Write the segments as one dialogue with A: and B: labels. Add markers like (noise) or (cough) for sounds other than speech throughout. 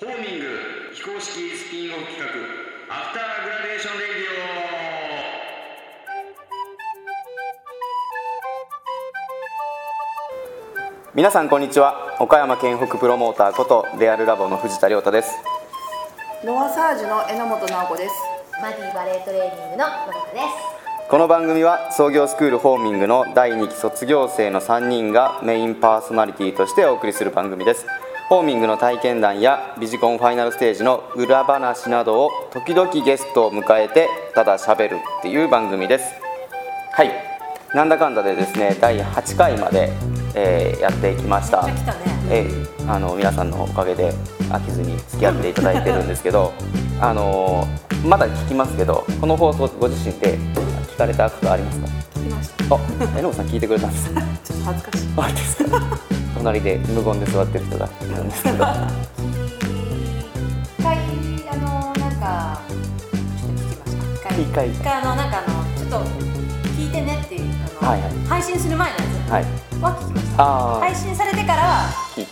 A: ホーミング非公式スピンオフ企画アフターグラデーションレディ
B: 皆さんこんにちは岡山県北プロモーターことレアルラボの藤田亮太です
C: ノアサージュの榎本直子です。
D: マディバレートレーニングの野中です
B: この番組は創業スクールホーミングの第2期卒業生の3人がメインパーソナリティとしてお送りする番組ですホーミングの体験談やビジコンファイナルステージの裏話などを時々ゲストを迎えてただ喋るっていう番組ですはいなんだかんだでですね第8回まで、えーやってきました
C: 来たね。
B: ええあの皆さんのおかげで飽きずに付き合っていただいてるんですけどあのまだ聞きますけどこの放送ご自身で聞かれたことありますか
C: 来ました。
B: あ榎本さん聞いてくれたんです
C: ちょっと恥ずかしい。
B: あれですか隣で無言で座ってる人がいるんですけどあ
D: 一回あのなんかちょっと聞きました一回
B: 一回
D: あのなんかあのちょっと聞いてねっていうあの、
B: はいはい
D: 配信する前のやつ
B: はい
D: は聞きました
B: あー、
D: 配信されてから (laughs) は
B: き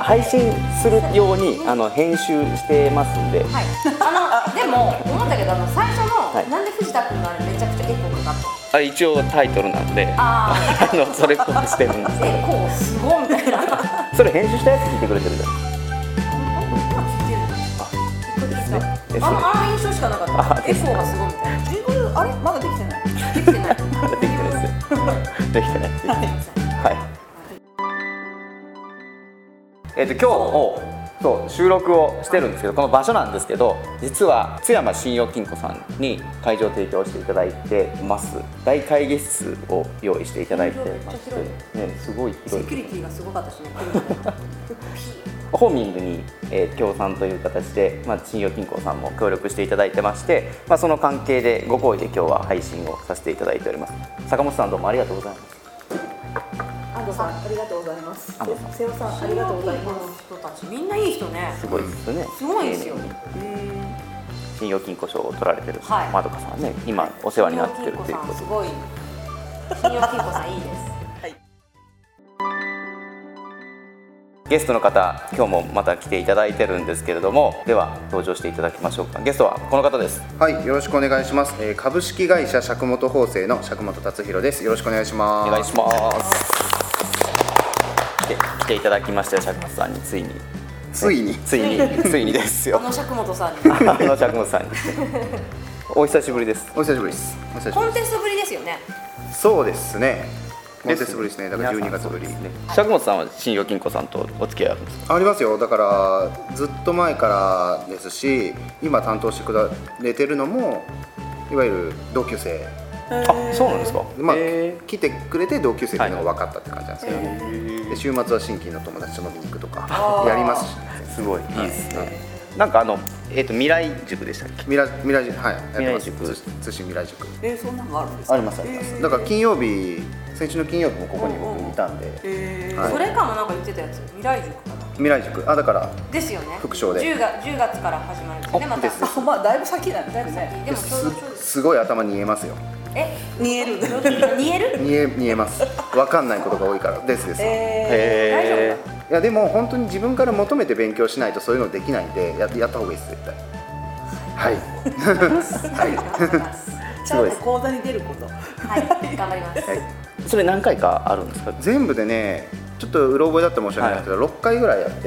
B: 配信するようにあの編集してますんで、
D: はいあのでも思ったけどあの最初の、
B: はい
D: なんで藤田君のあれめちゃくちゃエコーかかった
B: あ一応タイトルなんで
D: あ
B: あのそれっぽくしてるんです
D: ーエコーすごいみた (laughs) いな聞
B: それ編集したやつ聞いてくれてるじゃん
D: いてる
B: ねですね
D: あのあの印象しかなかっ
B: あ
D: たエコーがすごいみたいな
C: 十分あれまだできてない。
D: できてない
B: まだ (laughs) できてないですよ。できてない。はい。えっ、と今日そう収録をしてるんですけど、この場所なんですけど、実は津山信用金庫さんに会場提供していただいてます。大会議室を用意していただいてまして、
D: めっ
B: ねすごい広
D: セ
B: い
D: キュリティがすごかったしね。車の
B: ホーミングに、えー協賛という形で、まあ、信用金庫さんも協力していただいてまして、まあ、その関係でご好意で今日は配信をさせていただいております坂本さんどうもありがとうございます
C: 安藤さんありがとうございます。
B: 安藤さん
C: 瀬尾さんありがとうございます。
D: 人たちみんないい人ね。
B: すごいですよね。
D: すごいですよ
B: 丁寧に
C: え
B: 信用金庫賞を取られてる、
D: はい
B: まどかさんはね、今お世話になってるっていうこ
D: 金庫さん
B: と
D: す
B: で。
D: ごい。信用金庫さんいいです。
B: ゲストの方、今日もまた来ていただいてるんですけれども、では登場していただきましょうか。ゲストはこの方です。
E: はい、よろしくお願いします。えー株式会社釈本縫製の釈本達弘です。よろしくお願いし
B: お
E: ます。
B: 願いします。で来ていただきましたよ、釈本さんについに、
E: ついに、
B: ついに、
D: (laughs)
B: ついにです
D: あ
B: よ。
D: の釈本さんに。
B: あの釈本さん
D: (laughs)
B: に。お久しぶりです。
E: お久しぶりです。お久しぶ
D: コ
E: り
D: ンテストぶりですよね。
E: です。そうですね。コンテストぶりですね。だから12月ぶり。
B: 皆さんそうですね。釈本さんは信用金庫さんとお付き合いあるんですか。
E: ありますよ。だからずっと前からですし、今担当してくれてるのもいわゆる同級生。
B: あ、そうなんですか。
E: まあ
B: へ、
E: 来てくれて同級生っていうのが分かったって感じなんですけど、で週末は新規の友達と飲みに行くとかやりますし、
B: ーすごい、いいです
E: はい
B: ね。なんかあの、えっ、と、未来塾でしたっけ。
E: 未来未来塾はいやってます
B: 未来塾
E: 通信未来塾。
C: ー、えー、そんなのがあるんですか。
B: ありますあります
E: だから金曜日先週の金曜日もここに僕いたんで、
C: えー、
E: はい
D: それかもなんか言ってたやつ。未来塾かな。
E: 未来塾あだから
D: ですよね。
E: 副賞で
D: 10月10月から始まるんですよね。また。
E: です
C: あまあだいぶ先なんだよね。
D: でもちょうどちょうど
E: すごい頭にえますよ
D: え
C: 見える。
D: 見える？
E: 煮え煮えます分かんないことが多いからですです、
C: え
B: へ
D: 大丈夫
E: いやでも本当に自分から求めて勉強しないとそういうのできないんでややった方がいいです絶対は
D: は
E: い
D: い頑張ります。
C: ー、ちゃんと講座に出ること。
D: はい頑張ります。
B: え。それ何回かあるんですか。
E: 全部でねちょっとうろ覚えだったら申し訳ないですけど、6回ぐらいやっ
C: へ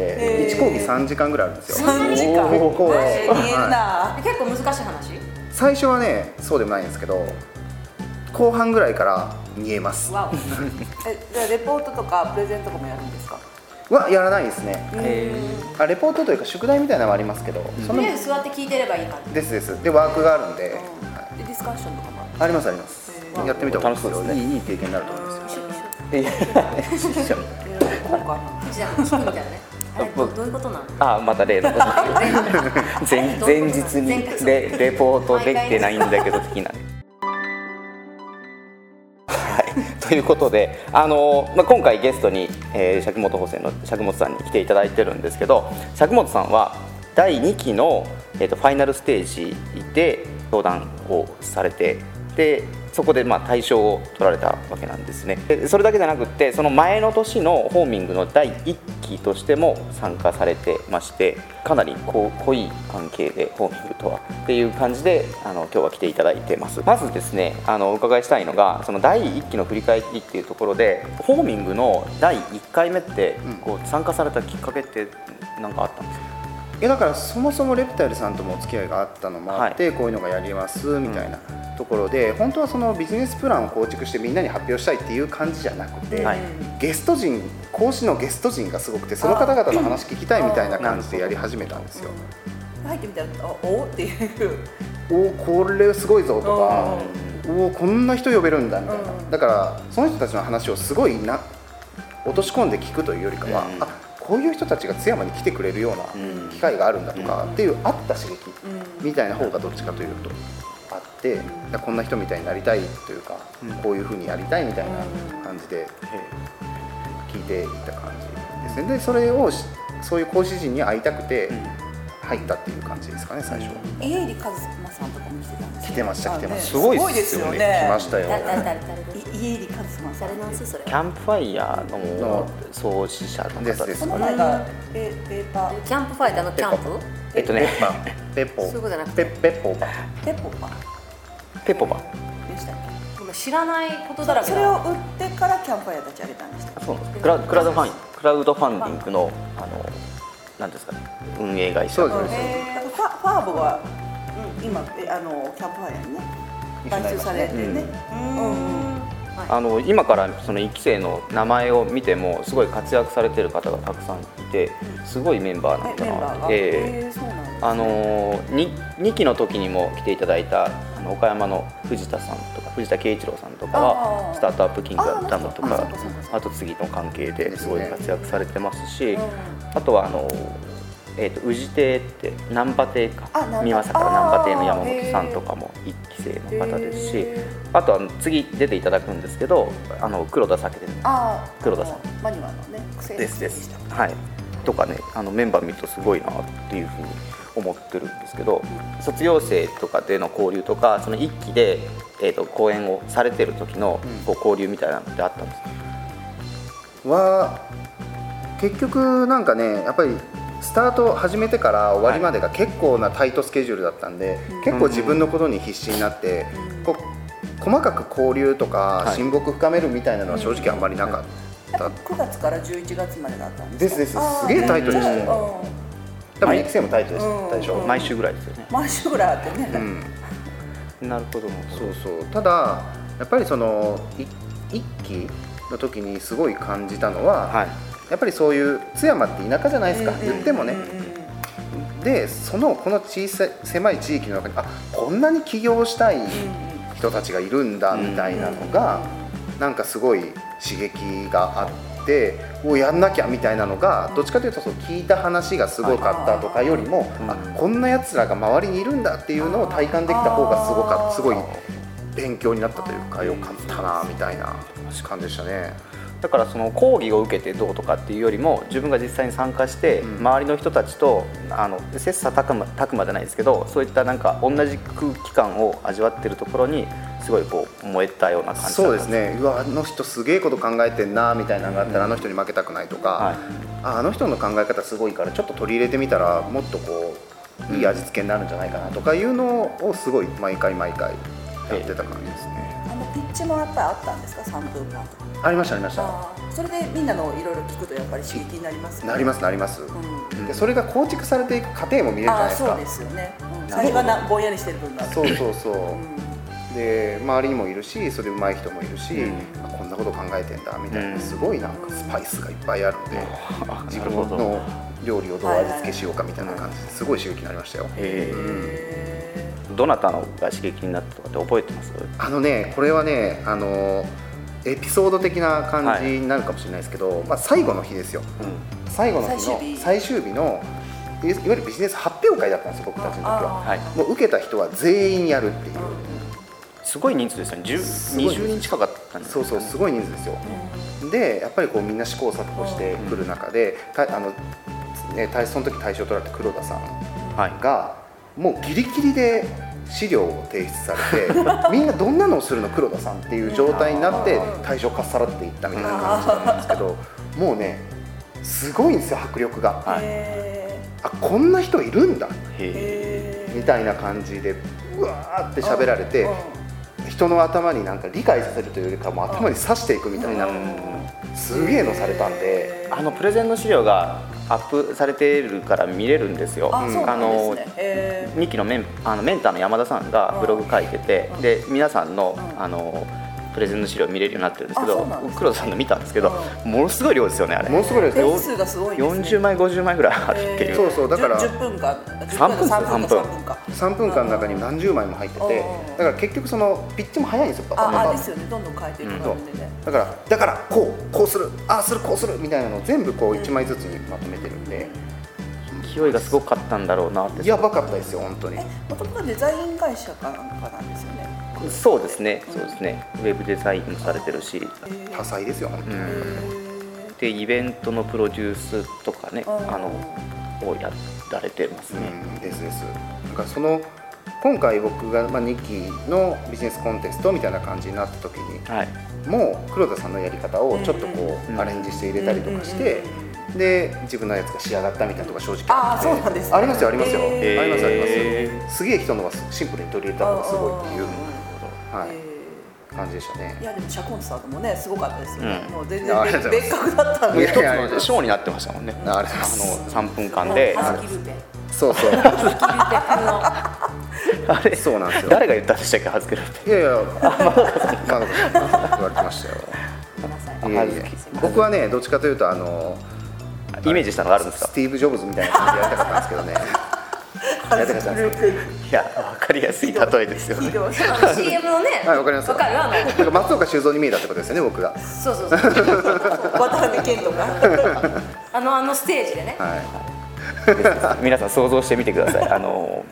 E: て
C: ー
E: 1講義3時間ぐらいあるんですよ
C: 三時間。
B: おー
E: 結構
C: マジで見えるな。
E: はい
D: 結構難しい話。
E: 最初はねそうでもないんですけど後半ぐらいから煮えます
D: わお。
C: えじゃあレポートとかプレゼントとかもやるんですか。
E: はやらないですね
B: え
E: あレポートというか宿題みたいなのはありますけど、そ
D: と
E: の
D: りあえず座って聞いてればいい感じ。
E: ですですでワークがあるんで、はい
C: でディスカッションとかもある。
E: ありますあります
C: へー
E: やってみた方がいいですよ
B: 楽しそうです
E: いいいい経験になると思いますよ
D: 一緒一緒。
B: え。
C: えー、今回の
D: 藤田君聞くみたいなね。あれどどういうことなの？
B: あ、また例のこと。前前日にレレポートできてないんだけど的な。はいということで、あのまあ、今回ゲストに、えー、釈本補正の釈本さんに来ていただいてるんですけど釈本さんは第2期の、えー、とファイナルステージで登壇をされてでそこでまあ大賞を取られたわけなんですねでそれだけじゃなくってその前の年のホーミングの第1期としても参加されてましてかなりこう濃い関係でホーミングとはっていう感じであの今日は来ていただいてますまずですねあのお伺いしたいのがその第1期の振り返りっていうところでホーミングの第1回目って
E: うん
B: こう参加されたきっかけって何かあったんですか、
E: いやだからそもそもレプタイルさんともお付き合いがあったのもあって、こういうのがやりますみたいなところで、本当はそのビジネスプランを構築してみんなに発表したいっていう感じじゃなくて、
B: はい
E: ゲスト陣講師のゲスト陣がすごくてその方々の話聞きたいみたいな感じでやり始めたんですよ。
C: 入ってみたらあおおっていう、
E: おーこれすごいぞとかおおーこんな人呼べるんだみたいな、
C: うん
E: だからその人たちの話をすごいな落とし込んで聞くというよりかは、
B: うん
E: あこういう人たちが津山に来てくれるような
B: うん
E: 機会があるんだとか、っていうあった刺激
C: うん
E: みたいな方がどっちかというとあって、だからこんな人みたいになりたいというか、
B: うん
E: こういうふうにやりたいみたいな感じで聞いていた感じですねでそれをしそういう講師陣に会いたくて入ったっていう感じですかね最初は。
C: 家入和馬さんとかも来てたんです
E: 来てました来てました
B: すごいっすよね
C: いですよね
E: 来ましたよ
D: 誰誰誰誰
C: い家入和馬さん
D: 誰なんすそれ
B: キャンプファイヤーの
E: の
B: 創始者の方
E: ですです
C: その前がペペーパー
D: キャンプファイターのキャンプ
B: えっとね
E: ペッパペッポ
D: そういうことじゃなく
E: ペッペッポーパ
C: ペポか
B: ペポバ
C: でしたっ
D: 今知らないこと
C: け
D: だらけ
C: そ
D: だ
C: れを売ってからキャンパーや立ち上げたんでしたっ
B: そうなんですクラクラウドファンクラウドファンディングのあのなんですかね運営会社
E: そう
C: け
E: ですね
C: だからファファーボが、うん、今えあのキャンプファイヤーにね
E: 一緒
C: 買
E: になり
C: 収
E: まし
C: さ
E: た
C: れ
E: ね
C: てねうん
B: あの今からその1期生の名前を見てもすごい活躍されてる方がたくさんいてすごいメンバーなん
C: え
B: だ
C: メンバ
B: な
C: ー
B: っ
C: が
B: て、ええ
C: へーそうなんだ
B: あの 2, 期の時にも来ていただいたあの岡山の藤田さんとか藤田圭一郎さんとか
C: あ
B: は
C: ー
B: スタートアップキングダムと
C: あー
B: か
C: あそうかそうかそうか
B: あと次の関係ですごい
E: ですね
B: 活躍されてますし、あとはあの、えー、と宇治亭って難波亭か
C: あ難波
B: 三馬から難波亭の山
C: あーへ
B: 本
C: ー
B: さんとかも1期生の方ですし
C: へ
B: あとは次出ていただくんですけどあの黒田酒店
C: ああ
B: 黒田さん
C: あのマニマのね癖
B: ですです、はい、とかねあのメンバー見るとすごいなっていうふうに思ってるんですけど卒業生とかでの交流とかその1期で、えー、と講演をされてる時の
E: うん
B: こう交流みたいなのってあったんですか、
E: は結局なんかねやっぱりスタート始めてから終わりまでが結構なタイトスケジュールだったんで、結構自分のことに必死になって、こう細かく交流とか
B: はい
E: 親睦深めるみたいなのは正直あんまりなかった、
C: 9月から11月までだったん
E: ですですすげえタイトルでしたよ
C: よ
E: 多分1期生もタイトルで
C: う
E: し
C: ん
E: たでしょ、
C: うん
B: 毎週ぐらいですよね。
C: 毎週ぐらいあってね、
E: うん
B: なるほど
E: そうそうただやっぱりそのい一期の時にすごい感じたのは、
B: はい、
E: やっぱりそういう津山って田舎じゃないですか、言ってもね、でそのこの小さい狭い地域の中にあこんなに起業したい人たちがいるんだ
B: うん
E: みたいなのが、なんかすごい刺激があっておやんなきゃみたいなのがどっちかというとそう聞いた話がすごかったとかよりも、
B: うん
E: あこんなやつらが周りにいるんだっていうのを体感できた方がすごか
C: あー
E: すごい勉強になったというかよかったなみたいな感じでしたね。
B: だからその講義を受けてどうとかっていうよりも自分が実際に参加して
E: うん
B: 周りの人たちとあの切磋琢磨琢磨じゃないですけどそういったなんか同じ空気感を味わってるところにすごいこう燃えたような感じ
E: そうです
B: ね
E: ねうわあの人すげえこと考えてんなみたいなのがあったら、あの人に負けたくないとか、
B: はい
E: ああの人の考え方すごいからちょっと取り入れてみたらもっとこういい味付けになるんじゃないかなとかいうのをすごい毎回毎回やってた感じですね、
C: あのピッチもやっぱりあったんですか3分間とか
E: ありましたありました
C: それでみんなのいろいろ聞くとやっぱり刺激になります、
E: なりますすなります、
C: う
E: でそれが構築されていく過程も見
C: ん、
E: れるじゃ
C: ああ
E: ないです
C: そう
E: か
C: ですよね、うん、
E: なる
C: 最
E: ほど
C: 初がなぼんやりしてる分だと
E: そうそうそう
C: うん
E: で周りにもいるしそれ上手い人もいるし、
B: うん
E: あこんなこと考えてんだみたいな、
B: うん
E: すごいなんかスパイスがいっぱいあるんで、自
B: な
E: 分
B: るほど
E: の料理をどう味付けしようかみたいな感じですごい刺激になりましたよ、
B: えー
C: へ
B: どなたのが刺激になったとかって覚えてます
E: あのねこれはねあのエピソード的な感じになるかもしれないですけど、まあ、最後の日ですよ最後の日の
C: 最終日
E: 最終日のいいわゆるビジネス発表会だったんですよ僕たちの時は
C: あ
B: はい、
E: もう受けた人は全員やるっていう、
B: すごい人数ですよね
E: すごい
B: 10 20人近かったんです
E: そうそうすごい人数ですよ、でやっぱりこうみんな試行錯誤してくる中で、たあのね、大その時大賞取られた黒田さん
B: はい
E: がもうギリギリで資料を提出されて
C: (laughs)
E: みんなどんなのをするの黒田さんっていう状態になって対象かっさらっていったみたいな感じなんですけどもうねすごいんですよ迫力が
B: はい
C: へ
E: あこんな人いるんだ
C: ー
B: へ
C: へ
E: みたいな感じでうわーって喋られ
C: ー
E: て人の頭になんか理解させるというよりかもう頭に刺していくみたいなすげえのされたんで
B: あのプレゼンの資料がアップされているから見れるんですよ。
C: あ、そう
B: あ
C: なん
B: の
C: ですねへ
B: 2期のメンあのメンターの山田さんがブログ書いてて
C: うん
B: で皆さんの
C: うん
B: あのプレゼンの資料見れるようになってるんですけ
C: あ
B: ど
C: そうなんですね
B: 黒田さんの見たんですけどものすごい量ですよねあれ
E: ものすごいです
C: ー
E: ね
C: 点数がすごいですね
B: 40枚50枚ぐらいあるってい
C: へ
B: う
C: ー
E: そうそうだから
C: じゅ 10, 分間
B: 三分ですよ
C: 3分
B: 三分
C: か
E: 3分間の中に何十枚も入ってて
C: うん
E: だから結局そのピッチも速いんですよバババ
C: ああ
E: バ
C: ですよねどんどん変えていく感じでね
E: だからだからこうこうするああするこうするみたいなのを全部こう1枚ずつにまとめてるんで
B: 勢いがすごかったんだろうなって
E: やばかったですよ本当に
C: えもともとデザイン会社かなんかなんですよね
B: そうですねそうですねウェブデザインもされてるし
C: へー
E: 多彩ですよ本
B: う
E: 当に
B: ん
C: へ
B: でイベントのプロデュースとかね
C: うん
B: あのをやられてますね
E: うんですですなんかその今回僕が、まあ、2期のビジネスコンテストみたいな感じになった時に
B: はい
E: もう黒田さんのやり方をちょっとこ
B: う
E: うんアレンジして入れたりとかして
C: うんうんうん
E: で自分のやつが仕上がったみたいなとか正直
C: あー
E: って
C: そうなんですね
E: ありますよありますよ、
C: へ
E: ありますあります、
B: へ
E: すげえ人のはシンプルに取り入れたのがすごいってい
C: う
E: う、
C: んうん
E: は
C: え
E: い、感じでしたね
C: ーいやでも社コンサートもねすごかったですよね、
B: うん
C: もう全
E: いやあり
C: 然
E: がとうございま
C: 別
E: す
C: 格だったん
E: い
C: で
E: や
B: 一つのショーになってましたもんね
E: あありがとうございます
B: の3分間で
D: あずきルーペ
E: そうそう
D: あ
B: あれ
E: そうなんですよ
B: 誰が言ったんでしたっけ、はずけるって。
E: いやいやまあ言われてましたよ
D: ずきルーペ風のごめんなさい
E: いえいえ
D: すいません
E: 僕はねどっちかというとあの
B: イメージしたのがあるんですか
E: ス。ティーブ・ジョブズみたいな感じでやりたかっ
B: (laughs)
E: たんですけどねやりたかったんですけど
B: いや、わかりやすい例えですよね。
D: あの CM のね
E: はいわかります
D: わかるあの
E: なんか松岡修造に見えたってことですよね僕が
D: そうそうそう
C: 渡辺謙
E: (laughs)
C: とか
D: あのあのステージでね
E: は
B: (laughs) 皆さん想像してみてくだ
E: (laughs)
B: さい。あの、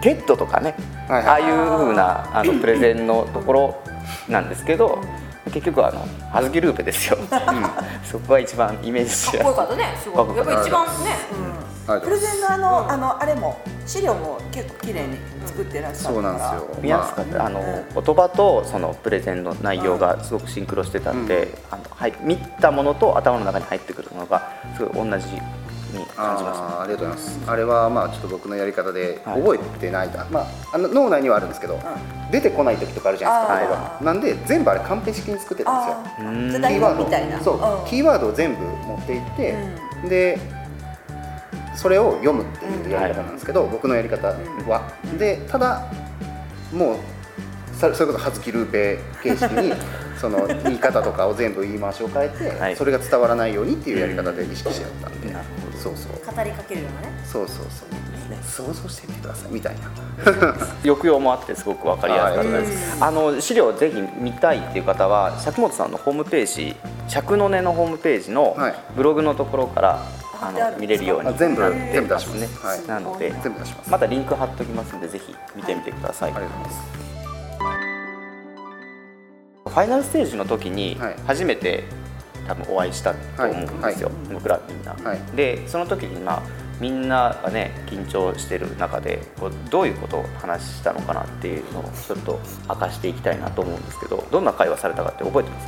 B: テッドとかね、
E: はい
B: ああいう風な、あのプレゼンのところなんですけど。結局、あの、はずきルーペですよ。 (laughs) そこが一番イメージし
D: か
B: や
D: っこよかったねすごいやっぱ一番ね
E: い
C: プレゼンのあのあのあれも資料も結構綺麗に作ってらっしゃ
E: そ
C: る
E: う
C: か
E: なん
C: ら
E: ですよ
B: す。見やすかった、あの言葉とそのプレゼンの内容がすごくシンクロしてたんで、あのはい、見たものと頭の中に入ってくるものがすごい同じに感じました。
E: あーありがとうございますあれはまあちょっと僕のやり方で
B: はい
E: 覚えてないと、まあ、あの脳内にはあるんですけど、出てこない時とかあるじゃないですか
C: あー
E: 言葉がなんで全部あれ完璧に作ってるんですよ
C: あ
B: うん
C: ーじゃあ台本みたいな
E: そう、
C: ん
E: キーワードを全部持っていって、でそれを読むっていうやり方なんですけど、僕のやり方は、でただもうさそれこそ葉月ルーペ形式
C: (laughs)
E: にその言い方とかを全部言い回しを変えて、
B: はい
E: それが伝わらないようにっていうやり方で意識してやったんで、
B: なるほ
E: そうそう
D: 語りかけるようなね
E: そうそうそう想像してみてくださいみたいな
B: 抑揚もあってすごく分かりやすかったで
E: ありがとうござい
B: す。あの資料ぜひ見たいっていう方は釈本さんのホームページ釈の根のホームページの
E: はい
B: ブログのところから、
C: 貼ってあ
B: あ
C: る
B: の
C: んで
B: 見れ
C: すか
B: るよう
E: あ
B: に
E: 全部
B: なって
E: 全部出
B: ま
E: し
B: す
E: ます
B: ね。
E: はい
B: なので
E: 全部出します
B: またリンク貼っときますんでぜひ見てみてください。
E: ありがとうございます
B: ファイナルステージの時に
E: はい
B: 初めて多分お会いしたと思うんですよ、僕らみんな。
E: はい
B: でその時にまあみんながね緊張してる中でこうどういうことを話したのかなっていうのをちょっと明かしていきたいなと思うんですけどどんな会話されたかって覚えてます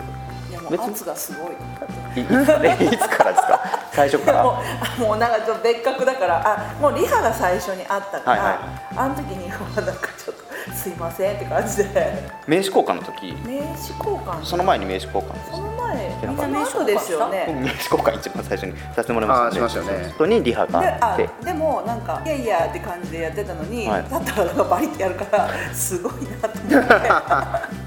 C: いやも
B: 別に
C: う圧がすごい (laughs)
B: いいつ,、
E: (laughs)
B: ね、いつからですか最初か
C: もう
B: ら
C: あもうなんかちょっと別格だからあもうリハが最初にあったから、
B: はい
C: あの時にもうなんかちょっとすいませんって感じで
E: (laughs)
B: 名刺交換の時
C: 名刺交換
B: その前に名刺交換で
C: そ
B: し
C: の前
B: みん
C: そ
B: な
C: の
D: 名刺
C: 後
D: 交換
C: で
D: した
C: すよ
B: た
C: ね
B: 名刺交換一番最初にさせてもらいました
E: あーしましたよね
B: その後にリハ
C: で
B: があ
C: あ
B: って
C: でもなんか「いやいや」って感じでやってたのに、
B: はい
C: だったらなんかバリってやるからすごいなと
E: (laughs)
C: 思って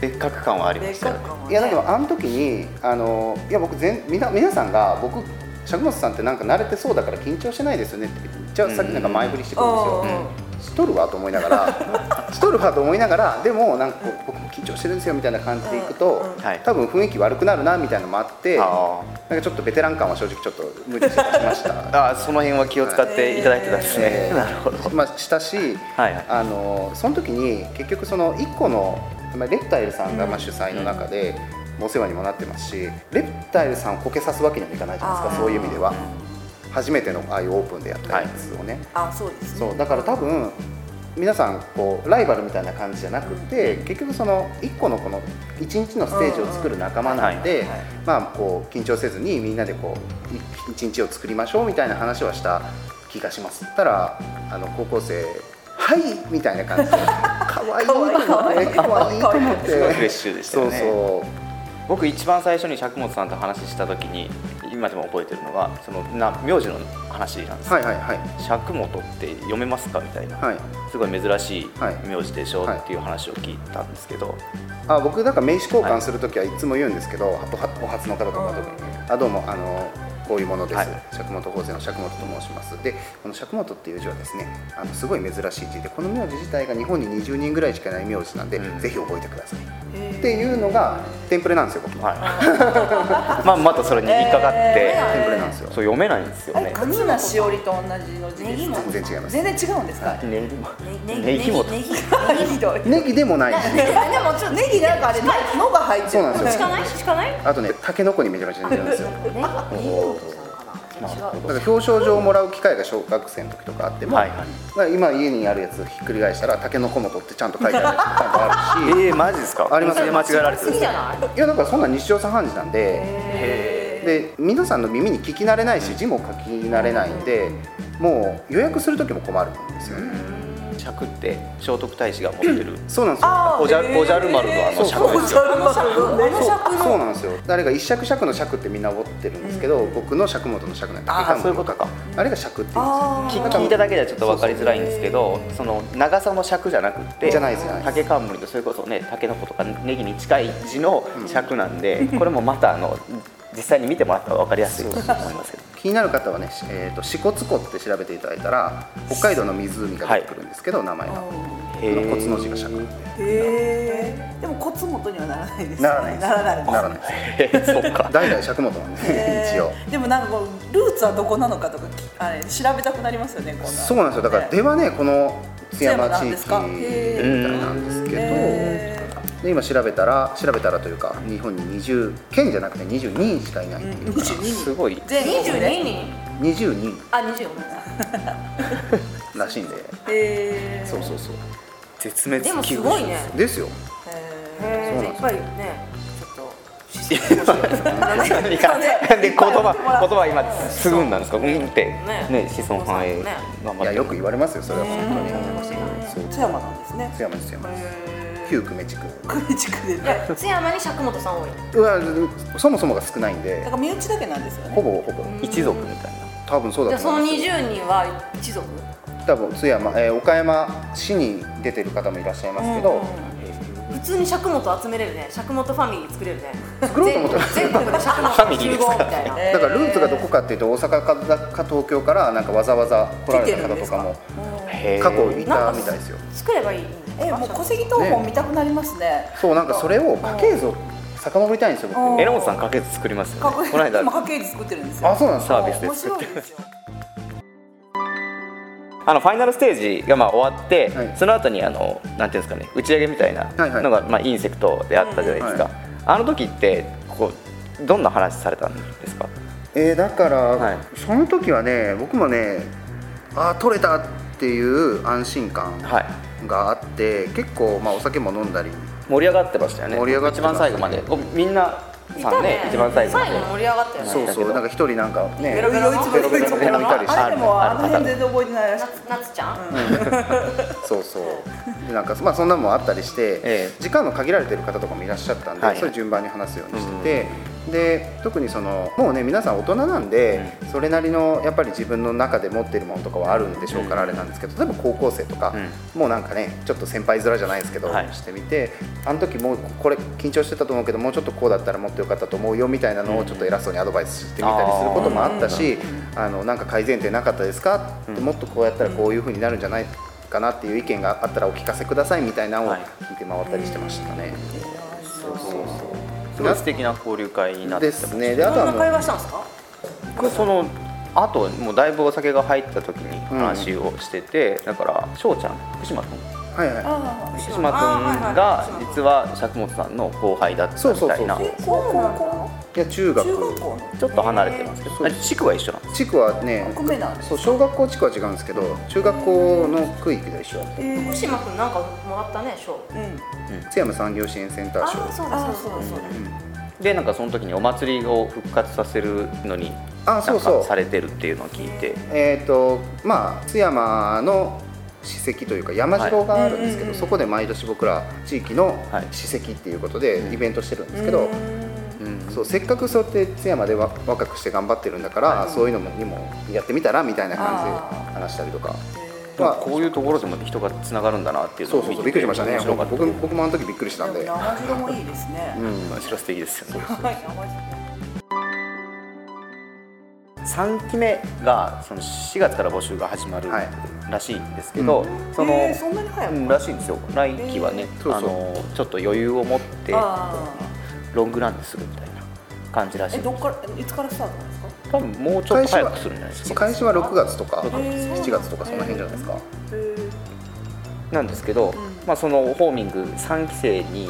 B: 別格感はありま
C: 別
B: したよ
C: 格感も、ね、
E: いやだけどあの時にあのいや僕全みな皆さんが僕釈本さんってなんか慣れてそうだから緊張してないですよねって言っちゃあさっきなんか前振りしてくるんですよ、
C: うんうん
E: しとるわと思いながら (laughs) しとるわと思いながらでもなんかこう僕も緊張してるんですよみたいな感じでいくと、
C: うんうん
B: はい
E: 多分雰囲気悪くなるなみたいなのもあって
B: あ
E: なんかちょっとベテラン感は正直ちょっと無理して出しました。
B: あーその辺は気を使っていただいてたんですね、
E: えー
B: なるほど
E: (laughs) まあ、したし、
B: はいはい
E: あのその時に結局その1個のまあレプタイルさんがまあ主催の中で、お世話にもなってますしレプタイルさんをこけさすわけにはいかないじゃないで
C: あ
E: す
C: ー
E: かそういう意味では初めてのああいうオープンでやったやつをね、
C: あそうですね
E: そうだから多分皆さんこうライバルみたいな感じじゃなくて、結局その1個のこの1日のステージを作る仲間なんで、
C: うんうんはいはい
E: まあこう緊張せずにみんなでこう1日を作りましょうみたいな話はした気がしますたらあの高校生はいみたいな感じで可愛いと思って可愛いと思って
B: すごいフレッシュでしたよね
E: そうそう
B: 僕一番最初に百本さんと話した時に今でも覚えてるのがそのな名字の話なんですよ
E: はいはいはい
B: 百本って読めますかみたいな、
E: はい
B: すごい珍しい
E: はい
B: 名字でしょ
E: はい
B: っていう話を聞いたんですけど、
E: あ僕なんか名刺交換するときはいつも言うんですけど、おはお初の方とか特に、あどうもあのこういうものです、
B: はい
E: 釈本法政の釈本と申しますでこの釈本っていう字はですねあのすごい珍しい字でこの名字自体が日本に20人ぐらいしかいない名字なんで、
B: うん
E: ぜひ覚えてくださいっていうのがテンプレなんですよ僕の、
B: はい、 (laughs) まあまたそれに引っかかって、
E: テンプレなんですよ
B: そう読めないんですよ
C: あれ
B: ね。
C: 勝名しおりと同じの字ですか
E: 全然違います
C: 全然違うんですか
B: ネギ
D: ね
B: ネギも
D: ねぎ
C: ひどい
E: ネギでもないし
C: でもちょっとネギなんかあれのが入って
E: そう
C: る
E: なんです
D: し
E: よ
D: かないしかないね
E: あとねタケノコにめちゃめちゃ似てるんですよ
D: ぎねぎ本さんかな違う
E: だから表彰状をもらう機会が小学生の時とかあっても、
B: はいはい
E: だから今家にあるやつひっくり返したら「タケノコ元」ってちゃんと書いてあるやつちゃんとあ
B: (laughs)
E: るし
B: えー、マジですか。
E: あります
B: 間違えられて
D: 好
B: る
D: き。じゃない
E: いやだからそんな日常茶飯事なんでで皆さんの耳に聞き慣れないし字も書き慣れないんでもう予約する時も困るんですよね
B: 尺って聖徳太子が持ってる。
E: そうなんですよ
B: おじゃおじゃる丸のあの
E: そう
B: 尺
E: そう
B: で
C: お
B: す
C: じゃ
B: よ。
C: る丸ね
E: そうそうなんですよ誰が一尺尺の尺ってみんな思ってるんですけど、僕の尺元の尺なんで
B: あーそういうことか
E: あれが尺って言うんですよ
C: あ
B: き
C: ー
B: 聞いただけではちょっと分かりづらいんですけど、その長さの尺じゃなくて、
E: じゃないですじゃないです
B: 竹冠とそれこそね、竹の子とかネギに近い字の尺なんで、これもまたあの実際に見てもらったら分かりやすいと思いますけど。
E: 気になる方はね、しえー、と支笏湖って調べていただいたら北海道の湖が出てくるんですけど、名前がこのコツの字が尺
C: へえでもコツ元にはならないですね
E: ならないです
C: ならないです
E: ならないです
B: えーそうか。
E: 代々尺元なんで一応
C: えーでもなんかこうルーツはどこなのかとかきあれ調べたくなりますよねこんな
E: そうなんですよだから出はねこの津山地域みたいなんですけど
C: へ
E: で今調べたら調べたらというか日本に20県じゃなくて22人しかいないっていうから、
B: すごい。
C: 全
D: 二十
C: 国で
D: 二人
E: 20人
D: あ二十
E: らしいんで
C: へー
E: そうそうそう
B: 絶滅危惧種
D: でもすごいね
E: ですよ
D: へ
E: そう
D: ー
E: な
D: じ
E: ん
D: ゃあいっぱいねち
E: です
D: ょっと
B: いやなんで言
E: (laughs)
B: 葉言葉今すぐんなんですか。うんってね子孫繁栄
D: ね
B: 頑張
E: い
B: っ
E: や
B: て
E: よく言われますよそれは本
C: そう津山なんですね
E: 当津山ですよ
C: へ
E: 旧久米地区
C: ー久米地区で
D: い
C: ね
D: や津山に釈本さん多いう
E: わそもそもが少ないん
C: だ
E: で
C: から身内だけなんですよね
E: ほぼほぼ
B: 一族みたい
E: 多分そう
D: じゃ
E: だ
D: あ
E: と
D: その
E: 思います
D: 20人は一族
E: 多分津山、えー岡山市に出てる方もいらっしゃいますけど、
D: 普通に釈本集めれるね釈本ファミリー作れるね
E: 作ろうと思ったら
D: 全国全国で釈本集合みたいな
C: えー
E: だからルーツがどこかっていうと大阪かか東京からなんかわざわざ来られた方とかも
B: な。へー
E: 過去いたみたいですよ
D: 作ればいい
C: えもう戸籍謄本見たくなりますね
E: そうなんかそれを家系図を遡りたいんですよ
C: うん
E: 僕
B: 榎本さん家系図作りますよ
C: かっこ
B: ね。
C: いい
B: この間
E: (laughs)
C: 今家系図作ってるんですよ
E: あそうなんです
B: サー
E: か
B: ビスで
C: 面
B: 作っ
C: 白
B: て
C: い。ですよ
B: あのファイナルステージがまあ終わって、
E: はい
B: その後にあのなんていうんですかね打ち上げみたいな
E: はいはい
B: のがまあインセクトであったじゃないですか。
E: は
B: あの時ってこうどんな話されたんですか。
E: えーだから、
B: はい
E: その時はね僕もねああ取れたっていう安心感
B: はい。
E: があって結構まあお酒も飲んだり
B: 盛り上がってましたよね。
E: 盛り上がって
B: 一
E: ま
B: 番
E: し
B: 最
E: た
B: 後までこうみんないさ
D: た
B: んね一番最後ま
D: 最
B: で
D: 後盛り上がったよね
E: そうそうなんか一人なんかね
D: ベロベロの
E: (laughs) ベロベロの子もいたりして
C: あれでも
B: あ
C: あ
B: る
C: の
B: ある
C: 辺全然覚えてないらし
D: な
C: く
D: つなつちゃん
E: (laughs) そうそうでなんかまあそんなもんあったりして、
B: ええ
E: 時間の限られてる方とかもいらっしゃったんで、
B: はい
E: それ順番に話すようにしてて、で特にそのもうね皆さん大人なんで、それなりのやっぱり自分の中で持ってるものとかはあるんでしょうから、あれなんですけど例えば高校生とか、もうなんかねちょっと先輩面じゃないですけど、
B: はい
E: してみてあの時もうこれ緊張してたと思うけどもうちょっとこうだったらもっとよかったと思うよみたいなのをちょっと偉そうにアドバイスしてみたりすることもあったし、あのなんか改善点なかったですかって、もっとこうやったらこういう風になるんじゃないかなっていう意見があったらお聞かせくださいみたいなのを
B: はい
E: 聞いて回ったりしてましたね。そうそう
B: すごい素敵な交流会にな
E: な
B: って
E: で
B: ました
E: すね。であと
D: ど
E: は
D: んな
E: も
D: 会
E: う
D: 話したんですか
B: 僕そのあともうだいぶお酒が入った時に話をしてて、だから翔ちゃん福島君
E: はいはい。
C: あ
B: 福島君が実は釈本さんの後輩だった
E: そう
B: み
E: そう
B: た
E: そ
B: いうな
E: そう。
C: 高校
E: いや中学
C: 中学校の
B: ちょっと離れてますけど、
E: そう
B: あれ地区は一緒なんです
E: 地区はね
C: お米なんです
E: そう小学校地区は違うんですけど中学校の区域が一緒だった
C: えー
D: 福島くんなんかもらったね賞
C: うん
E: 津山産業支援センター賞
D: あそう
C: あ
D: だ
C: あ
D: そ
C: そう
D: うだ
C: だそうだ
B: でなんかその時にお祭りを復活させるのに
E: あ
B: な
E: そ
B: ん
E: うそ
B: か
E: う
B: されてるっていうのを聞いて
E: えっ、とまあ津山の史跡というか山城があるんですけど、
C: はい
E: そこで毎年僕ら地域の
B: はい
E: 史跡っていうことでイベントしてるんですけ
C: う
E: ど、
C: ん
E: そうせっかくそうやって津山でわ若くして頑張ってるんだから、そういうのもにもやってみたらみたいな感じ
C: あ
E: で話したりとか、
B: まあ
E: まあ、
B: こういうところでも人がつながるんだなっていうの
E: そ
B: を
E: うそうそうび
B: 見
E: っく
B: て
E: りしましたね
B: 面白かった
E: 僕僕もあの時びっくりしたん
C: で
E: で
C: も。長城もいいですね
E: う。ん
B: 面白素敵ですよね
C: はい長城
B: 3期目がその4月から募集が始まる
E: はい
B: らしいんですけど、その、
C: えーそんなに早く
B: うんらしいんですよ来期はね、
E: えーそうそう
B: あのちょっと余裕を持って
C: あ
B: ロングランするみたいな感じらしい
C: え
B: んで
C: ど
B: す
C: っからいつからスタートなんですか？
B: 多分もうちょっ
E: 開
B: と
E: 始
B: 早
E: は
B: くするんじゃないですか
E: 開始は6月とか
B: そうなん
C: です
E: 7月とかその辺じゃないですか、
C: え
B: なんですけど、まあ、そのホーミング3期生に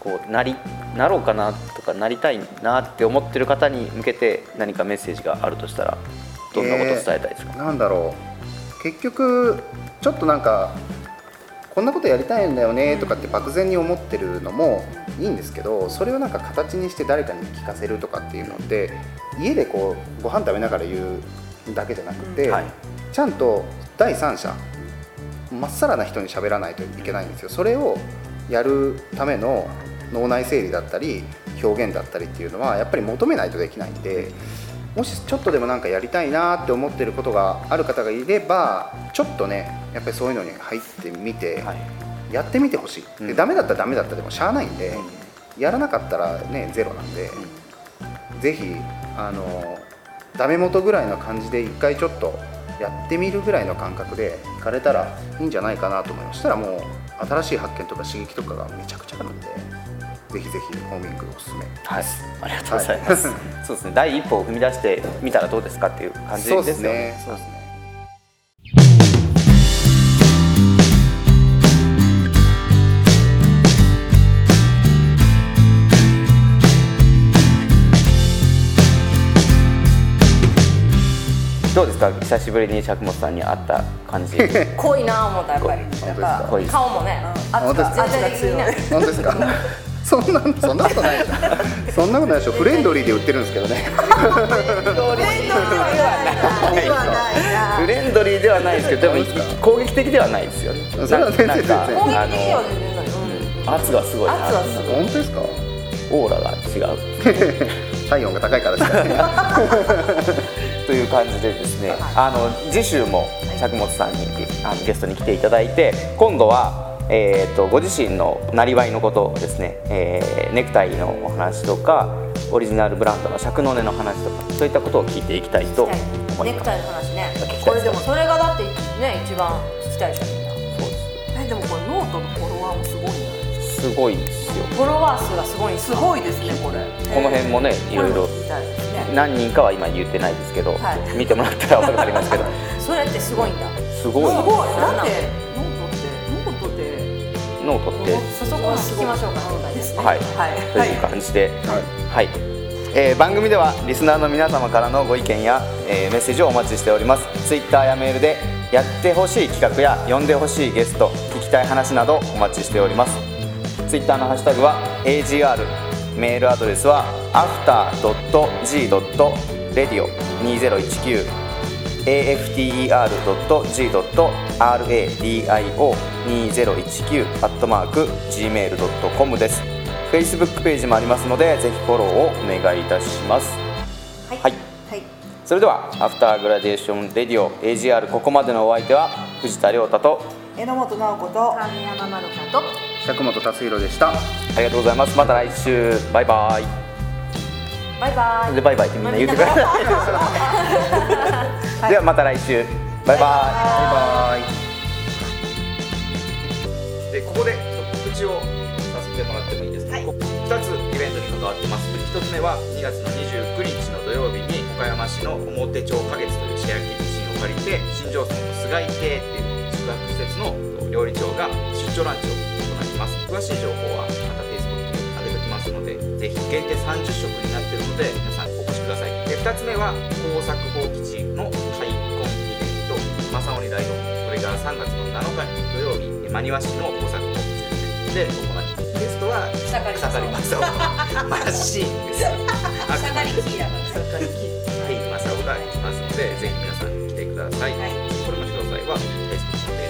B: こうなりなろうかなとかなりたいなって思ってる方に向けて何かメッセージがあるとしたらどんなことを伝えたいですか、
E: なんだろう結局ちょっとなんかこんなことやりたいんだよねとかって漠然に思ってるのもいいんですけどそれをなんか形にして誰かに聞かせるとかっていうのって家でこうご飯食べながら言うだけじゃなくて、
B: うんはい
E: ちゃんと第三者まっさらな人に喋らないといけないんですよそれをやるための脳内整理だったり表現だったりっていうのはやっぱり求めないとできないんでもしちょっとでもなんかやりたいなって思ってることがある方がいればちょっとねやっぱりそういうのに入ってみて、
B: はい
E: やってみてほしい、
B: うん
E: でダメだったらダメだったでもしゃあないんで、やらなかったらねゼロなんで、ぜひあのダメ元ぐらいの感じで一回ちょっとやってみるぐらいの感覚で行かれたらいいんじゃないかなと思いましたらもう新しい発見とか刺激とかがめちゃくちゃあるんでぜひぜひホーミングおすすめ
B: はい、ありがとうございます。 (laughs) そうですね、第一歩を踏み出してみたらどうですかっていう感じですよね。
E: そうですね
B: どうですか、久しぶりに釈本さんに会った感じ。は
D: 濃いなぁ思ったやっぱり
E: 本当です
C: なん
E: か
C: か
B: い、
D: 顔もね
E: 本当ですか
D: 圧が強いね
E: 本当ですか (laughs) そんなそんなことないでしょそんなことないでしょフレンドリーで売ってるんですけどね
C: ではないな。
B: (laughs) フレンドリーではないですけど、でも
E: そうですか
B: 攻撃的ではないですよね。
E: それは全然
B: なんか
E: 全
D: 攻撃的
E: 然
D: よね
B: あの圧がすごいな。
D: 圧はす
E: 本当ですか
B: オーラが違う。
E: 体温が高いからですかね
B: という感じでですね、あの次週も釈本さんにあのゲストに来ていただいて今度は、えー、とご自身のなりわいのことですね、えーネクタイのお話とかオリジナルブランドの釈の根の話とかそういったことを聞いていきたいと思い
D: ネ
B: ます。
D: クタイの話ね
B: 聞きたいです
D: これでもそれがだってね一番聞きたいでしょみんな
B: そうで
C: えでもこれノートのフォロワーもすごいな。
B: すすごいですよ
D: フォロワー数がすごいんですすよ
C: ごいですねこれ。
B: この辺もねいろいろ
C: みたいですね。
B: 何人かは今言ってないですけど、
D: はい
B: 見てもらったら分かりますけど
D: それってすごいんだ
B: (laughs) す
C: す
B: ごい
C: ごい。だ
D: な
C: っ
D: ん
C: て
D: で
C: ノートって
B: ノ
C: ノートで
B: ートって
D: そそこを聞きましょうか今回
C: ですね。
B: はい、
C: はい。
B: と
C: はいいう
B: 感じで、はいえー番組ではリスナーの皆様からのご意見や、えーメッセージをお待ちしておりますツイッターやメールでやってほしい企画や呼んでほしいゲスト聞きたい話などお待ちしておりますツイッターのハッシュタグは AGR メールアドレスは after.g.radio2019 after.g.radio2019-gmail.com です。Facebook ページもありますので、ぜひフォローをお願いいたします。はい。
D: はい
B: それでは、アフターグラデーションレディオ AGR ここまでのお相手は藤田亮太と
C: 榎本直子と。
D: 神山まるかと
E: 釈本達弘でした
B: ありがとうございます。また来週。バイバイ。
D: バイバイ
B: でバイバイってみんな言ってく
D: (laughs)
B: ださい。ではまた来週。バイバイ。
E: バイバイでここで
B: 告知をさせてもらってもいいですか、ここ2つイベントに関わってます1つ目は2月の29日の土曜日に岡山市の表町花月というシェアキッチンを借りて新庄村の菅井亭っていう宿泊施設の料理長が出張ランチを行います詳しい情報はまた Facebook に上げておきますのででぜひ限定30食になっているので皆さんお越しくださいで2つ目は工作放棄地の開墾イベント正織大のこれが3月の7日に土曜日真庭市の工作放棄地で行われていますゲストは
D: 草刈り
B: 草刈正織マシーンです
D: 草刈りキーだから
B: 草刈り機はい正織が行きますのでぜひ皆さん来てください、
D: はい
B: これの詳細は Facebook のページ